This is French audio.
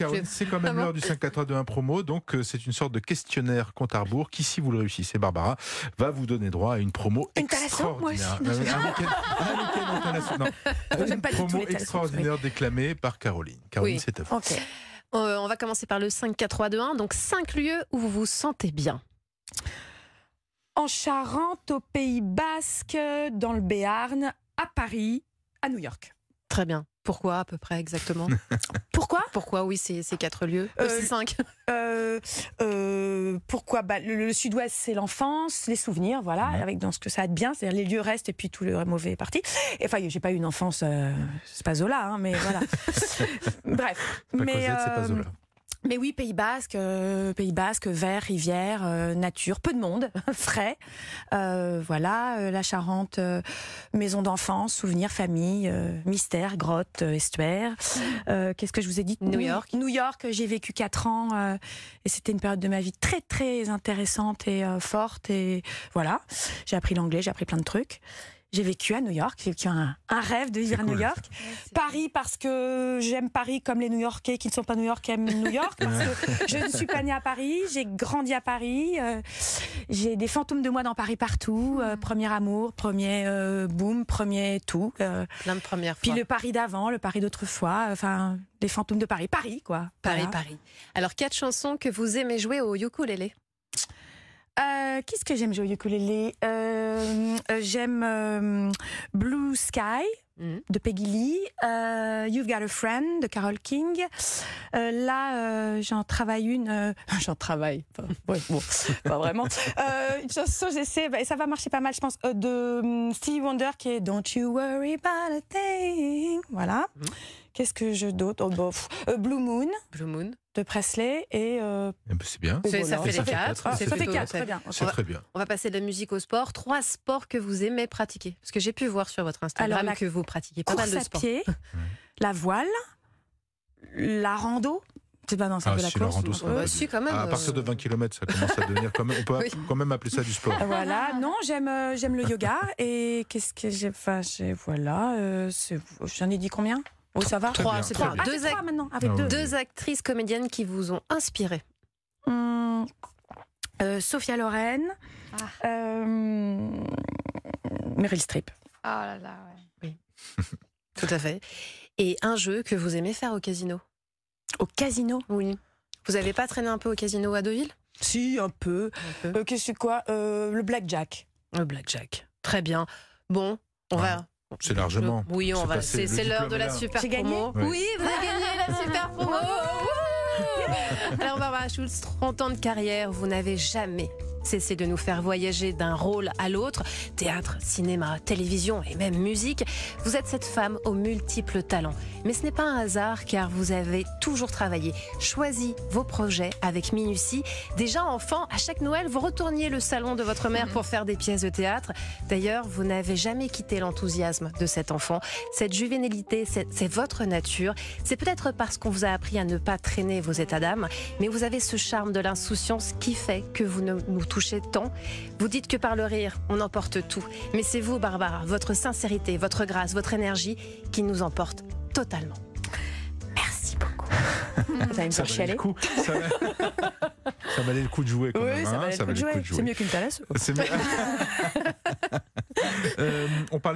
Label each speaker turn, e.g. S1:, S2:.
S1: Caroline, c'est quand
S2: Ah
S1: même
S3: Vraiment.
S1: l'heure du 5-4-3-2-1 promo, donc euh, c'est une sorte de questionnaire compte à rebours qui, si vous le réussissez, Barbara, va vous donner droit à une promo
S2: Intéressant, moi aussi.
S1: extraordinaire. Euh, Un week-end- un week-end intéressant. Non. Une
S2: pas du tout
S1: promo
S2: les talents,
S1: extraordinaire déclamée par Caroline. Caroline,
S3: Oui.
S1: c'est à vous.
S2: Ok.
S3: Euh, on va commencer par le 5, 4, 3, 2, 1. Donc, 5 lieux où vous vous sentez bien.
S2: En Charente, au Pays Basque, dans le Béarn, à Paris, à New York.
S3: Très bien. Pourquoi, à peu près, exactement
S2: Pourquoi
S3: Pourquoi, oui, ces, ces 4 lieux
S2: Euh,
S3: Ces 5
S2: Euh, euh, Pourquoi bah, Le, le sud-ouest, c'est l'enfance, les souvenirs, voilà,
S1: Ouais.
S2: avec dans ce que ça a de bien, c'est-à-dire les lieux restent et puis tout le mauvais est parti. Et, Enfin, j'ai pas eu une enfance, euh, c'est pas Zola, hein, mais voilà. Bref.
S1: Pas
S2: mais,
S1: Cosette, c'est pas
S2: euh,
S1: Zola.
S2: mais oui, Pays Basque, euh, Pays Basque, vert, rivière, euh, nature, peu de monde, frais. Euh, voilà, euh, la Charente, euh, maison d'enfance, souvenirs, famille, euh, mystère, grotte, euh, estuaire. Euh, Qu'est-ce que je vous ai dit
S3: Mm. New
S2: Oui,
S3: York.
S2: New York, j'ai vécu quatre ans euh, et c'était une période de ma vie très très intéressante et euh, forte et voilà. J'ai appris l'anglais, j'ai appris plein de trucs. J'ai vécu à New York, j'ai vécu un, un rêve de vivre à
S1: cool.
S2: New York. Paris parce que j'aime Paris comme les New-Yorkais qui ne sont pas New-Yorkais aiment New York. Parce que je ne suis pas née à Paris, j'ai grandi à Paris. euh, j'ai des fantômes de moi dans Paris partout. euh, premier amour, premier euh, boom, premier tout. euh,
S3: Plein de premières
S2: puis
S3: fois.
S2: le Paris d'avant, le Paris d'autrefois. euh, Enfin, les fantômes de Paris. Paris, quoi.
S3: Paris,
S2: Voilà.
S3: Paris. Alors, 4 chansons que vous aimez jouer au ukulélé.
S2: Euh, Qu'est-ce que j'aime jouer au ukulélé Euh, euh, J'aime euh, Blue Sky.
S3: Mhm.
S2: de Peggy Lee, euh, You've Got a Friend de Carole King. Euh, là, euh, j'en travaille une. euh, j'en travaille. Enfin, ouais, bon, pas vraiment. Euh, une chanson, j'essaie, bah, et ça va marcher pas mal, je pense, euh, de hum, Stevie Wonder qui est Don't You Worry About a Thing. Voilà.
S3: Mhm.
S2: Qu'est-ce que je d'autre oh, bof. Euh, Blue Moon
S3: Blue Moon.
S2: de Presley et. euh,
S1: Eh ben, C'est bien.
S2: Oh,
S3: C'est- Ça
S2: voilà.
S3: fait
S1: Ça
S3: les
S1: fait quatre.
S3: 4.
S1: Ah,
S2: ça fait
S1: plutôt-
S2: quatre, très bien.
S1: C'est très bien.
S3: On va passer de la musique au sport. Trois sports que vous aimez pratiquer. Parce que j'ai pu voir sur votre Instagram
S2: Alors, la
S3: que vous pratiquez pas mal
S2: Course
S3: de
S2: à
S3: sports.
S2: pied, la voile, la rando. C'est pas dans ça
S1: Ah,
S2: de la
S1: si, la
S2: course.
S1: rando, ça va
S2: Ouais.
S1: pas
S3: Euh,
S1: du-
S3: si, quand même,
S1: Ah, à partir de
S3: euh,
S1: 20 km, ça commence à devenir quand même, on peut
S3: Oui.
S1: quand même appeler ça du sport.
S2: euh, Voilà, non, j'aime euh, j'aime le yoga et qu'est-ce que j'ai enfin j'ai voilà, euh, c'est- j'en ai dit combien Oh, ça va
S1: Très
S3: Trois,
S1: bien,
S3: c'est
S1: très
S3: trois.
S1: bien.
S2: Ah, c'est
S3: Deux
S2: trois
S3: ac-
S2: maintenant avec
S1: Ah
S2: deux.
S1: ouais.
S3: Deux actrices comédiennes qui vous ont inspiré.
S2: Hum, euh, Sophia Loren. euh, Meryl Streep.
S4: là là, ouais.
S3: Tout à fait. Et un jeu que vous aimez faire au casino.
S2: Au casino
S3: Oui. Vous n'avez pas traîné un peu au casino à Deauville
S2: Si, un peu.
S3: Un peu.
S2: Euh, qu'est-ce que quoi Euh, Le blackjack.
S3: Le Euh, blackjack. Très bien. Bon, on
S1: Ouais.
S3: va.
S1: Ah, C'est largement.
S3: Oui, on
S1: C'est
S3: va.
S1: passé,
S3: C'est
S1: le
S3: c'est l'heure de la
S1: diplôme est
S3: super
S2: J'ai gagné
S3: promo. Oh,
S1: Ouais.
S3: Oui, vous avez gagné la super promo. Wouhou Alors Barbara Schultz, 30 ans de carrière, vous n'avez jamais cessé de nous faire voyager d'un rôle à l'autre, théâtre, cinéma, télévision et même musique. Vous êtes cette femme aux multiples talents. Mais ce n'est pas un hasard car vous avez toujours travaillé, choisi vos projets avec minutie. Déjà enfant, à chaque Noël, vous retourniez le salon de votre mère pour faire des pièces de théâtre. D'ailleurs, vous n'avez jamais quitté l'enthousiasme de cet enfant. Cette juvénilité, c'est c'est votre nature. C'est peut-être parce qu'on vous a appris à ne pas traîner vos états d'âme, mais vous avez ce charme de l'insouciance qui fait que vous ne- nous touchez tant. Vous dites que par le rire, on emporte tout. Mais c'est vous, Barbara, votre sincérité, votre grâce, votre énergie qui nous emporte totalement.
S2: Merci beaucoup. Vous allez me
S1: Ça
S2: faire
S1: valait
S2: chialer.
S1: le coup. Ça, va- ça valait le coup de jouer quand
S2: Oui,
S1: même.
S2: ça
S1: hein,
S2: va être le coup de
S1: valait
S2: jouer. C'est mieux qu'une thalasse.
S1: C'est mieux. Euh, on parlait